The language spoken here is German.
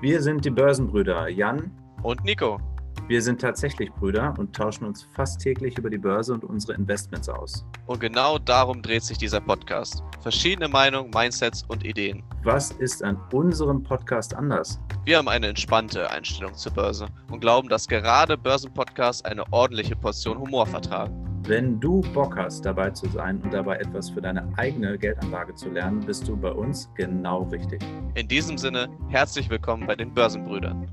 Wir sind die Börsenbrüder Jan und Nico. Wir sind tatsächlich Brüder und tauschen uns fast täglich über die Börse und unsere Investments aus. Und genau darum dreht sich dieser Podcast. Verschiedene Meinungen, Mindsets und Ideen. Was ist an unserem Podcast anders? Wir haben eine entspannte Einstellung zur Börse und glauben, dass gerade Börsenpodcasts eine ordentliche Portion Humor vertragen. Wenn du Bock hast, dabei zu sein und dabei etwas für deine eigene Geldanlage zu lernen, bist du bei uns genau richtig. In diesem Sinne, herzlich willkommen bei den Börsenbrüdern.